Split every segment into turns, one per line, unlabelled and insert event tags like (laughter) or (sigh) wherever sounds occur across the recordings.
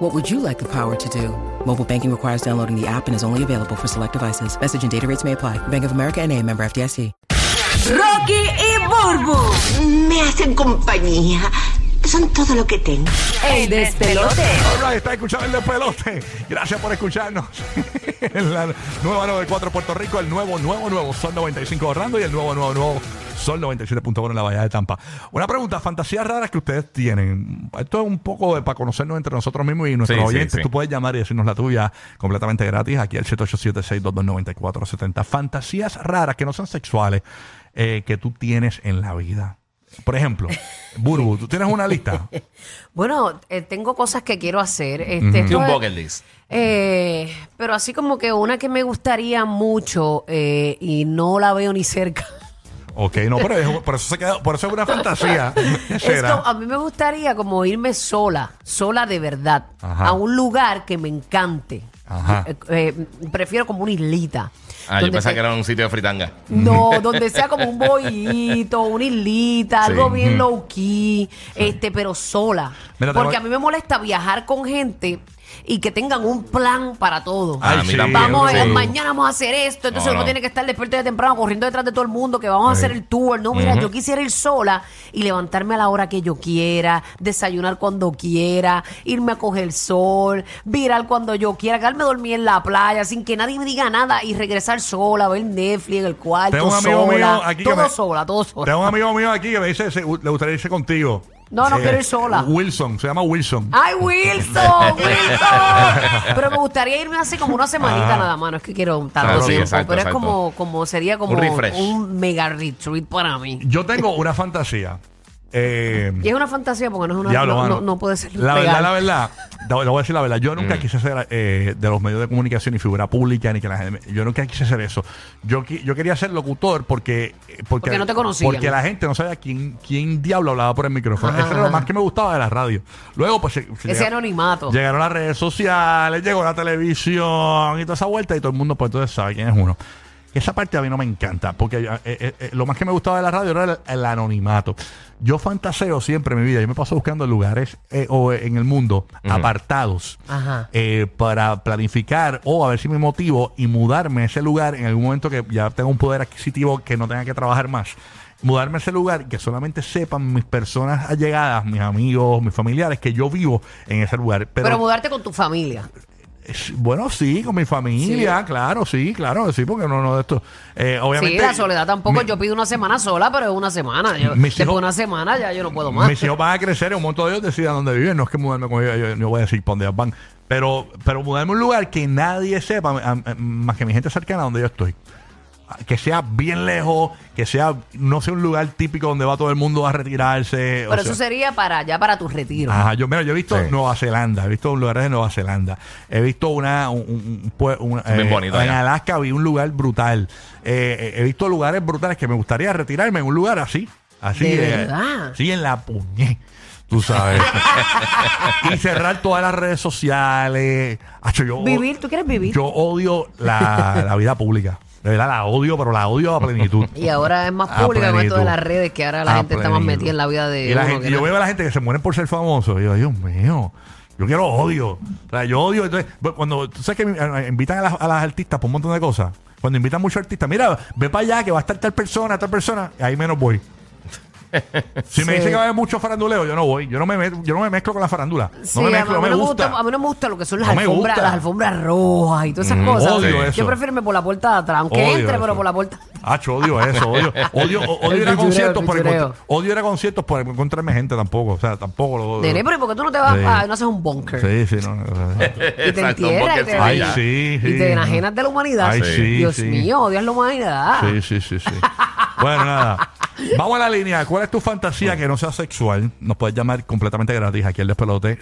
What would you like the power to do? Mobile banking requires downloading the app and is only available for select devices. Message and data rates may apply. Bank of America and a member FDIC.
Rocky y Burbu.
Me hacen compañía. Son todo lo que tengo.
El despelote.
All right, está escuchando el despelote. Gracias por escucharnos. (laughs) en la nueva 94 Puerto Rico, el nuevo, nuevo, nuevo Sol 95 Orlando y el nuevo, nuevo, nuevo Sol 97.1 en la Bahía de Tampa. Una pregunta, fantasías raras que ustedes tienen. Esto es un poco de- para conocernos entre nosotros mismos y nuestros
Sí, sí,
oyentes.
sí.
Tú puedes llamar y decirnos la tuya completamente gratis aquí al 787-622-9470. Fantasías raras que no sean sexuales eh, que tú tienes en la vida. Por ejemplo, Burbu, ¿tú tienes una lista?
Bueno, eh, tengo cosas que quiero hacer.
Mm.
Este,
Y
esto
un
es-
bucket list.
eh, pero así como que una que me gustaría mucho eh, y no la veo ni cerca. (laughs)
Ok, no, pero es- por eso se quedó, por eso es una fantasía.
(laughs)
¿Qué
Es como-
(laughs)
ah,
será?
a mí me gustaría como irme sola, sola de verdad,
Ajá.
a un lugar que me encante.
Ajá.
Eh, eh, prefiero como una islita.
Ah, yo
donde
pensaba
te-
que era un sitio de fritanga.
No, donde sea como un bollito, una islita,
Sí.
algo bien low key, este, pero sola.
Mira,
Porque
tengo-
a mí me molesta viajar con gente y que tengan un plan para todo.
Ay,
a mí
sí,
también.
Vamos a
sí.
mañana vamos a hacer esto, entonces
No,
uno
no.
tiene que estar despierto de temprano corriendo detrás de todo el mundo que vamos a hacer el tour. No, mira, yo quisiera ir sola y levantarme a la hora que yo quiera, desayunar cuando quiera, irme a coger sol, virar cuando yo quiera, quedarme dormir en la playa sin que nadie me diga nada y regresar sola, ver Netflix en el cuarto,
Tengo un amigo
sola,
mío aquí que
todo
me-
sola, todo sola.
Tengo un amigo mío aquí que me dice, se- le gustaría irse contigo.
No, no
Eh,
quiero ir sola. Ah.
Wilson, se llama Wilson.
¡Ay,
(laughs)
Wilson! ¡Wilson! Pero me gustaría irme así como una semanita nada más. No es que quiero un tanto
Claro, sí,
tiempo,
exacto,
pero es
exacto.
como, como sería como
Un refresh.
un mega retreat para mí.
Yo tengo una fantasía. Eh,
Y es una fantasía porque no es una.
diablo,
no,
mano.
no- no puede ser.
La verdad,
legal.
la verdad. Te voy te voy a decir la verdad. Yo nunca quise ser eh, de los medios de comunicación ni figura pública ni que la gente. me- Yo nunca quise ser eso. Yo, qui- yo quería ser locutor porque, eh, porque.
Porque no te conocían.
Porque la gente no sabía quién, quién diablo hablaba por el micrófono.
Ajá.
Eso era lo más que me gustaba de la radio. Luego, pues. se- se
Ese
llega-
anonimato.
Llegaron las redes sociales, llegó la televisión y toda esa vuelta y todo el mundo pues entonces sabe quién es uno. Esa parte a mí no me encanta, porque eh, eh, eh, lo más que me gustaba de la radio era el, el anonimato. Yo fantaseo siempre en mi vida, yo me paso buscando lugares eh, o eh, en el mundo apartados
Ajá.
eh, para planificar o a ver si me motivo y mudarme a ese lugar en algún momento que ya tenga un poder adquisitivo que no tenga que trabajar más. Mudarme a ese lugar que solamente sepan mis personas allegadas, mis amigos, mis familiares, que yo vivo en ese lugar.
pero,
Pero,
mudarte con tu familia.
es- bueno, sí, con mi familia, claro, sí, claro, sí, porque no, no, de esto. eh, obviamente.
Sí, la soledad tampoco.
mi-
yo pido una semana sola, pero es una semana. Yo,
Mis
después
hijos-
de una semana ya yo no puedo más.
Mis hijos van a crecer y un montón de ellos decidan dónde viven. No es que mudarme con ellos, yo, yo voy a decir para dónde ellos van. Pero, pero mudarme a un lugar que nadie sepa, a- a- más que mi gente cercana donde yo estoy. Que sea bien lejos, que sea, no sea un lugar típico donde va todo el mundo a retirarse. o
pero eso
sea-
sería para ya para tu retiro.
Ajá, yo, mira, yo he visto
Sí.
Nueva Zelanda, he visto lugares de Nueva Zelanda, he visto una, un, un- un pue- un- eh,
Bien bonito
en
allá.
Alaska vi un lugar brutal, Eh, eh, he visto lugares brutales que me gustaría retirarme en un lugar así, así,
¿De
eh,
verdad?
sí, en la puñe,
(laughs)
tú sabes, y cerrar todas las redes sociales, Acho, yo,
Vivir, ¿tú quieres vivir?
yo odio la, la vida pública, de verdad la odio, pero la odio a plenitud.
Y ahora es más
A
pública con esto de
plenitud.
las redes, que ahora la
A
gente está más
plenitud.
metida en la vida de.
Y la
uno
gente-
que
yo
no-
veo a la gente que se mueren por ser famosos. Y yo, Dios mío. Yo quiero odio. O sea, yo odio. Entonces, pues, cuando tú sabes que eh, invitan a las, a las artistas por un montón de cosas. Cuando invitan muchos artistas, mira, ve para allá que va a estar tal persona, tal persona, ahí menos voy. Si
(laughs) Sí.
me dicen que va a haber mucho faranduleo, yo no voy. Yo no me, met- yo no me mezclo con la farándula.
Sí,
No me
a, mí,
mezclo,
a
no
mí
me
no me gusta, a
gusta.
mí no me gustan lo que son las
No me
alfombras,
gusta.
las alfombras rojas y todas esas
Mm,
cosas.
odio eso.
Yo prefiero irme por la puerta de atrás, aunque
Odio
entre,
eso.
pero por la puerta.
Acho, odio eso,
(laughs)
odio, odio, o- odio
El
ir a
pichureo,
conciertos
el
por
pichureo.
encontrar- odio ir a conciertos por encontrarme gente tampoco, o sea, tampoco lo odio.
Nene, pero ¿por qué tú no te vas
Sí.
a, no haces un bunker?
Sí, sí, no, no, no.
Y te
Exacto, un
entierras y
bunker
te,
sin
Ay,
allá.
sí, sí.
y te enajenas de la humanidad.
Ay, sí,
Dios
sí.
mío, odias la humanidad.
Sí, sí, sí, sí. bueno, nada. Vamos a la línea. ¿Cuál es tu fantasía que no sea sexual? Nos puedes llamar completamente gratis aquí al despelote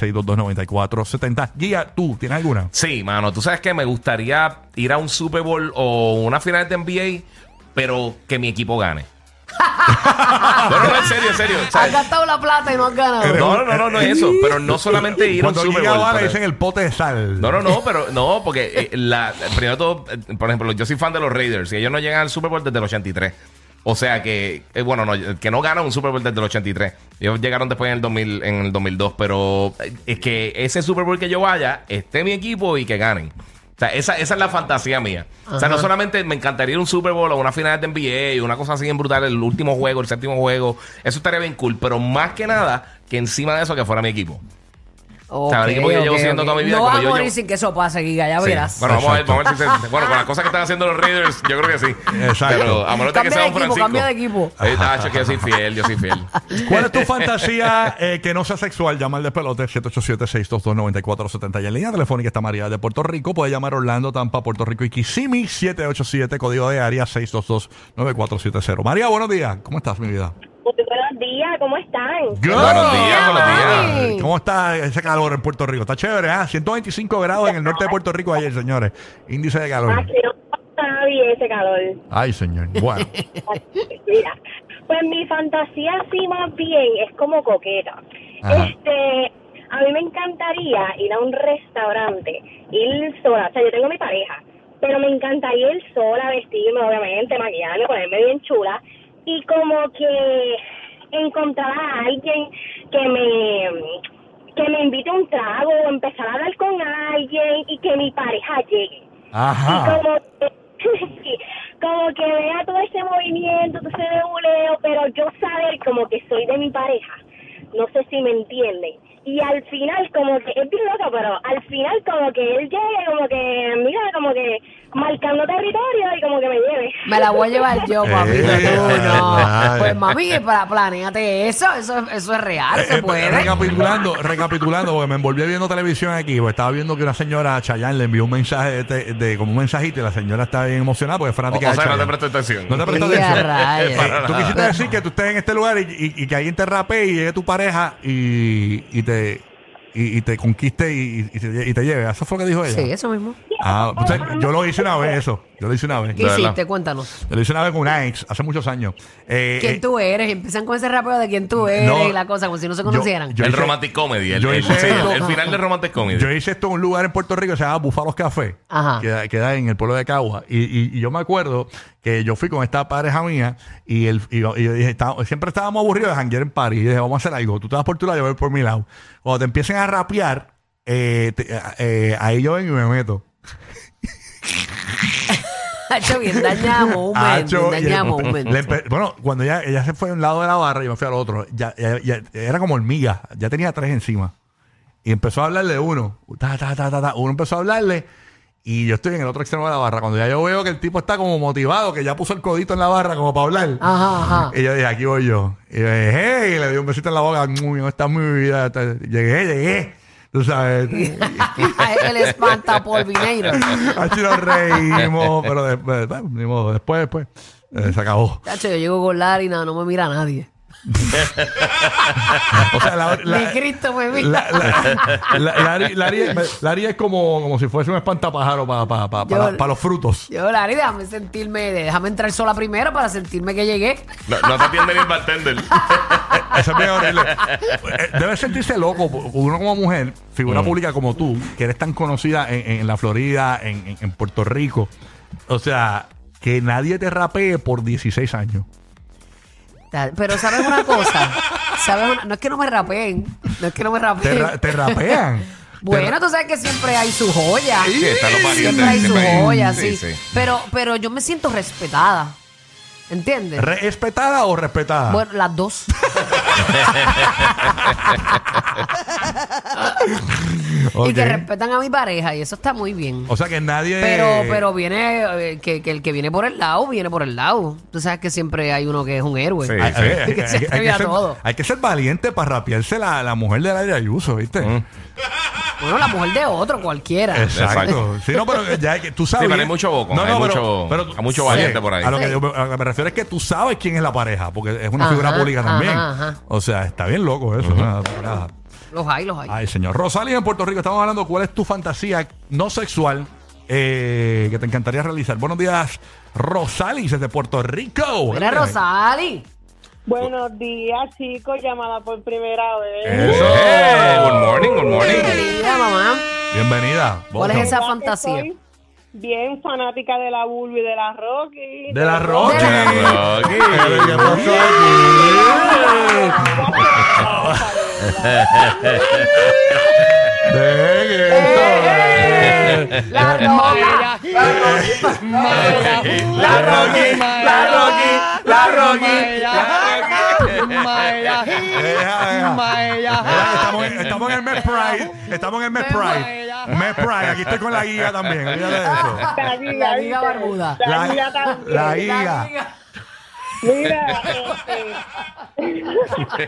787-622-9470. Guía, tú, ¿tienes alguna?
Sí, mano, tú sabes que me gustaría ir a un Super Bowl o una final de NBA, pero que mi equipo gane.
(laughs)
no, no, no, en serio, en serio. O sea,
Has gastado la plata y no has
Eh,
ganado.
no, no, no, no, no es eso. Pero no solamente ir a un
Cuando
Super
llega
Bowl.
Bala,
pero-
le dicen el pote de sal.
(laughs) No, no, no, pero no, porque eh, la, primero de todo, eh, por ejemplo, yo soy fan de los Raiders y ellos no llegan al Super Bowl desde el 83. O sea que, eh, bueno, no, eh, que no ganan un Super Bowl desde el 83. Ellos llegaron después en el, 2000, en el 2002, pero eh, es que ese Super Bowl que yo vaya, esté mi equipo y que ganen. O sea, esa, esa es la fantasía mía. O sea, no solamente me encantaría ir a un Super Bowl o una final de NBA, una cosa así bien brutal, el último juego, el séptimo juego. Eso estaría bien cool, pero más que nada, que encima de eso, que fuera mi equipo.
Ok,
sea, el equipo que yo llevo
ok,
siendo
ok.
toda mi vida,
No
como
vas a
yo
morir
llevo-
sin que eso pase, Giga, ya
Sí.
verás.
Bueno, vamos a ver, vamos a ver si se- Bueno, con las cosas que están haciendo los Raiders, yo creo que sí.
Exacto.
Pero a menos de que
Cambia
sea
de
un
equipo,
Francisco.
cambia de equipo.
Ahí tacho, que yo soy fiel, yo soy fiel.
¿Cuál es tu fantasía eh, que no sea sexual? Llama al despelote 787-622-9470. Y en línea telefónica está María de Puerto Rico. Puede llamar a Orlando, Tampa, Puerto Rico y Kissimmee 787, código de área 622-9470. María, buenos días. ¿Cómo estás, mi vida?
Muy Pues, buenos días, ¿cómo están?
Buenos días, buenos días.
Mami.
¿Cómo está ese calor en Puerto Rico? Está chévere, ¿ah? 125 grados en el norte de Puerto Rico ayer, señores. Índice de calor.
Así Ah, no pasa bien ese calor.
Ay, señor. Bueno.
Mira, pues mi fantasía sí más bien es como coqueta.
Ajá.
Este, a mí me encantaría ir a un restaurante, ir sola, o sea, yo tengo mi pareja, pero me encantaría ir sola, vestirme, obviamente, maquillarme, ponerme bien chula y como que encontrar a alguien que me que me invite a un trago, empezar a hablar con alguien y que mi pareja llegue.
Ajá.
Y como, que- (laughs) como que vea todo ese movimiento, todo ese buleo, pero yo saber como que soy de mi pareja. No sé si me entienden. Y al final, como que, es bien loco, pero al final como que él llegue, como que, mira, como que marcando territorio y como que me lleve.
Me la voy
(laughs)
a llevar
Eh,
yo, papi, no tú no.
madre.
Pues mami, para, planeate eso, eso, eso es real,
Eh,
se
eh,
puede.
recapitulando, recapitulando, porque me envolví viendo televisión aquí, pues estaba viendo que una señora Chayanne le envió un mensaje de, te- de- como un mensajito y la señora está bien emocionada porque es
O, o
fanática
sea,
de
no te
Chayanne.
prestes atención.
No te prestas
Ya,
atención.
rayos.
Eh, tú quisiste
Pero-
decir que tú estés en este lugar y, y- y que alguien te rapee y llegue tu pareja y, y te y, y te conquiste y, y te, y te lleve. Eso fue lo que dijo ella.
Sí, eso mismo.
Ah, usted- yo lo hice una vez eso. Yo lo hice una vez.
¿Qué
De verdad.
hiciste? Cuéntanos.
Yo lo hice una vez con una ex hace muchos años. Eh, eh,
¿Quién tú eres? Y empiezan con ese rapeo de quién tú eres
no,
y la cosa, como si no se
yo-
conocieran.
yo
el
hice-
Romantic Comedy, el,
yo
el-
hice
sí,
eso.
el final del Romantic Comedy.
Yo hice esto en un lugar en Puerto Rico que se llama Bufalos Café,
Ajá.
que queda en el pueblo de Cagua. Y, y- y yo me acuerdo que yo fui con esta pareja mía y, el, y, yo- y yo dije, "Está- siempre estábamos aburridos de janguear en París. Y dije, vamos a hacer algo. Tú te vas por tu lado, yo voy por mi lado. Cuando te empiecen a rapear, eh, te- eh, ahí yo vengo y me meto.
(laughs) Hacho, bien dañamos, un men,
Hacho,
bien
y-
dañamos, un men.
(laughs) le empe- Bueno, cuando ella, ella se fue a un lado de la barra, yo me fui al otro. Ya, ya- ya- era como hormiga, ya tenía tres encima. Y empezó a hablarle uno. Ta, ta, ta, ta, ta. Uno empezó a hablarle y yo estoy en el otro extremo de la barra. Cuando ya yo veo que el tipo está como motivado, que ya puso el codito en la barra como para hablar.
Ajá, ajá.
Y yo dije, aquí voy yo. Y yo dije, hey, y le di un besito en la boca. Muy bien, está muy vida. Está- Llegué, llegué. Tú sabes.
(laughs)
(laughs)
el espanta polvineiro.
Así nos reímos, pero después, bueno, ni modo, después, después, eh, se acabó.
Hacho, yo llego con Larina, no me mira nadie.
O sea, la, la-
Ni Cristo me mira.
La, la, la- Lari- Lari- Lari es como, como si fuese un espantapájaro para
Yo-
los frutos.
Yo, Lari, déjame sentirme, déjame entrar sola primero para sentirme que llegué.
No, no te atiende ni el bartender.
(laughs) Eso es bien horrible. Eh, Debes sentirse loco. po- Uno como mujer, figura pública como tú, que eres tan conocida en, en la Florida, en, en- en Puerto Rico. O sea, que nadie te rapee por 16 años.
Ta- Pero sabes una cosa, sabes una- no es que no me rapeen, no es que no me
Te,
rapeen.
ra-
(laughs)
te rapean. Te
bueno,
ra-
tú sabes que siempre hay su joya.
Sí, está lo pariente
siempre hay
de
su
este país.
joya, sí.
Sí, sí.
Pero, pero yo me siento respetada. ¿Entiendes?
¿Respetada o respetada?
bueno, las
(laughs)
dos. Y que
Ok.
respetan a mi pareja, y eso está muy bien.
O sea, que nadie.
Pero, pero viene, eh, que, que el que viene por el lado, viene por el lado. Tú sabes que siempre hay uno que es un héroe.
Sí.
Hay, hay-
(laughs)
hay- hay- hay
Que
que,
se atreve a
ser,
todo.
hay que ser valiente para rapearse la, la mujer del aire Ayuso, ¿viste?
Mm.
Bueno, la mujer de otro, cualquiera.
Exacto. sí, no, pero ya que tú sabes.
Sí, pero hay mucho boco, hay mucho- hay mucho valiente por ahí.
A lo, que, yo me- a lo que me refiero es que tú sabes quién es la pareja, porque es una
Ajá,
figura pública
ajá,
también.
ajá.
O sea, está bien loco eso. nada, nada.
Los hay, los hay.
Ay, señor. Rosalía en Puerto Rico, estamos hablando cuál es tu fantasía no sexual eh, que te encantaría realizar. Buenos días, Rosalis, desde Puerto Rico.
Mira, Rosali.
Buenos días, chicos. Llamada por primera vez.
Eso. Eh, good morning, good morning.
Querida mamá.
Bienvenida.
¿Cuál es
Welcome.
esa
¿Verdad que
fantasía?
soy Bien fanática de la Bulbi, de la Rocky.
De la
De
Rocky.
la Rocky.
Pero, ¿qué pasó aquí? Dejen esto.
La roca.
(laughs) La Rocky, la Rocky, la Rocky.
Deja, deja. Deja, Estamos en, estamos en el mes Pride. Estamos en el mes Pride. Mes Pride. Aquí estoy con la guía también. Olvídate de eso.
La
La
guía,
liga
¿viste?
barbuda.
La,
La-
guía también.
la
La
guía.
liga.
Mira, este,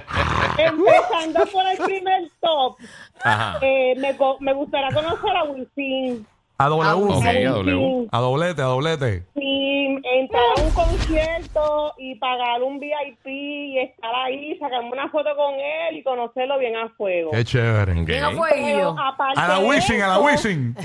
(laughs) empezando por el primer top,
Ajá.
eh, me, co- me gustaría conocer a Wilson.
A W.
Ok, a W.
Wilson,
A doblete, a doblete.
sí, entrar a un concierto y pagar un VIP y estar ahí, sacarme una foto con él y conocerlo bien a fuego.
Qué chévere.
Ok.
¿Quién no fue
Pero
yo?
aparte
A la
de
Wishing, a la
eso-
(laughs)
Wishing.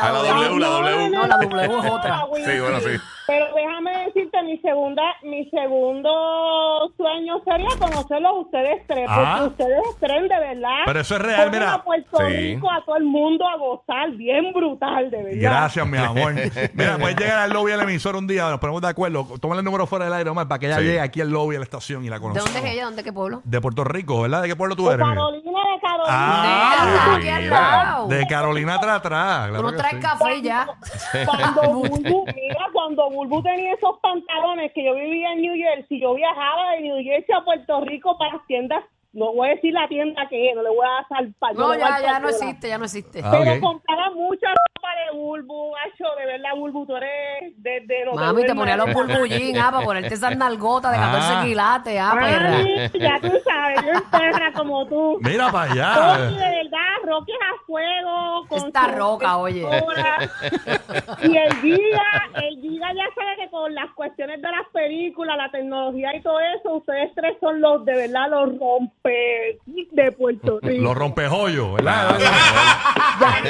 A la W, la W.
No, la W es otra. (laughs)
la Wishing.
Sí, bueno, sí.
Pero déjame decirte, mi segunda, mi segundo sueño sería conocerlos a ustedes tres,
Ah.
porque ustedes tres de verdad.
Pero eso es real,
ponen
mira.
a Puerto
Sí.
Rico, a todo el mundo a gozar, bien brutal, de verdad.
Gracias,
(laughs)
mi amor. Mira, puedes llegar al lobby del emisor un día, nos ponemos de acuerdo. Toma el número fuera del aire, Omar, para que ella
Sí.
llegue aquí al lobby de la estación y la
¿De
conozca.
dónde es ella? ¿Dónde qué pueblo?
De Puerto Rico, ¿verdad? ¿De qué pueblo tú
De
eres?
Carolina, de Carolina.
Ah,
Mira, aquí al
mira.
lado.
De Carolina atrás, atrás.
Tú
claro
no
que
traes
sí.
café ya.
(laughs) Cuando Bulbu, mira, cuando Bulbu tenía esos pantalones que yo vivía en New Jersey, yo viajaba de New Jersey a Puerto Rico para las tiendas, no voy a decir la tienda que es, no le voy a salpar.
No, ya, ya no existe, ya no existe.
Ah,
Pero
ok.
compraba mucha ropa de Bulbu, macho, de verdad, Bulbu, tú eres desde los
Mami, te ponía los
(laughs)
pulbullín, ah, para ponerte esas nalgotas de
Ah.
14 quilates, ah, perra.
ya tú sabes, yo en perra como tú.
Mira para
Rocky, de
allá.
verdad, Rocky es a fuego. Con
Esta
su
roca, oye.
directora. Y el Giga, el Giga ya sabe que con las cuestiones de las películas, la tecnología y todo eso, ustedes tres son los, de verdad, los rompe de Puerto
(laughs)
Rico.
Los rompejoyos, ¿verdad?
Ya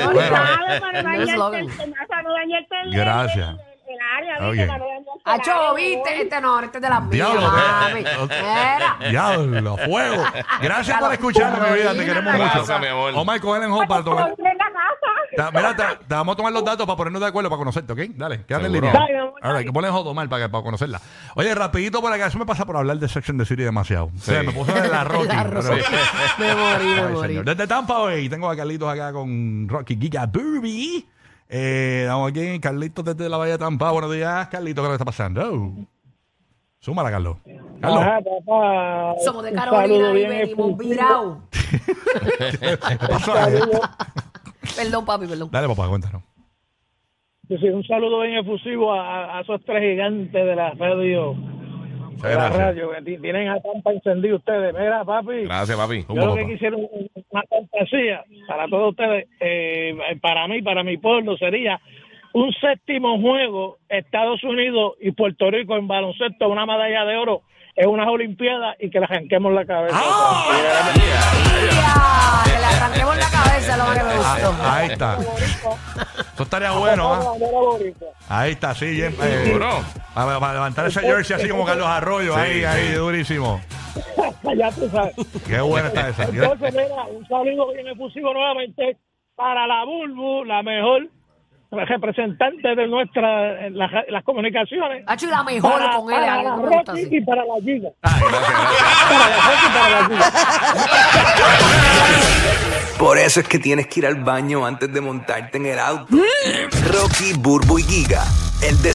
no
Bueno.
(laughs)
sabe para no dañarte el-
eslogan.
para no dañarte el-
Gracias.
el- el área,
Ok.
¿viste? Para no dañarte el área,
Acho,
¿no?
viste, este no, este es de las mías,
Diablo,
mami.
eh.
Era.
Diablo, fuego. Gracias por
Claro,
escucharnos, mi vida. Te queremos mucho.
Gracias, mi amor.
Omar, cógela en home para tomar.
Compré la casa.
Ta- Mira, te, te vamos a tomar los datos para ponernos de acuerdo, para conocerte, ¿ok? Dale, quédate en
Seguro.
línea.
Dale, mi amor,
All right, que pones jodo mal para, que- para conocerla. Oye, rapidito por acá, eso me pasa por hablar de Section de City demasiado. O sea,
Sí.
me puse de la Rocky.
La
pero-
Rocky. Me morí, me
Ay,
morí.
señor. Desde Tampa hoy tengo a Carlitos acá con Rocky Giga Burby. Eh, estamos aquí, Carlitos desde la Bahía de Tampa. Buenos días, Carlitos, ¿qué le está pasando? Súmala, Carlos. Carlos.
Ajá, papá.
Somos de
Un
Carolina
saludo
y
bien
venimos
efusivo.
virados.
¿Qué pasa?
Perdón, papi, perdón.
Dale, papá, cuéntanos.
Sí, sí, un saludo bien efusivo a, a esos tres gigantes de la radio.
Muchas
De la
gracias.
radio. que ti- Tienen a Tampa encendido ustedes. Mira, papi.
Gracias, papi.
Yo lo
papá.
que quisiera es una fantasía para todos ustedes, eh, para mí, para mi pueblo, sería un séptimo juego Estados Unidos y Puerto Rico en baloncesto, una medalla de oro en unas Olimpiadas y que le arranquemos la cabeza.
Ya, que le arranquemos la cabeza, lo más que me gustó.
Ahí está. Eso estaría bueno, ¿ah? Ahí está, sí, bien. eh,
Seguro.
para, para levantar ese jersey así como Carlos Arroyo, ahí, ahí, durísimo.
Ya tú sabes.
Qué buena está esa.
Entonces, mira, un saludo bien efusivo nuevamente para la Bulbu, la mejor representante de nuestra en las, las comunicaciones.
Acho, y la mejor
para,
con él,
para
a mí
la
no me gusta
Rocky
así. Ah,
y para la Giga.
Por eso es que tienes que ir al baño antes de montarte en el auto. Rocky, Burbu y Giga, el desastre.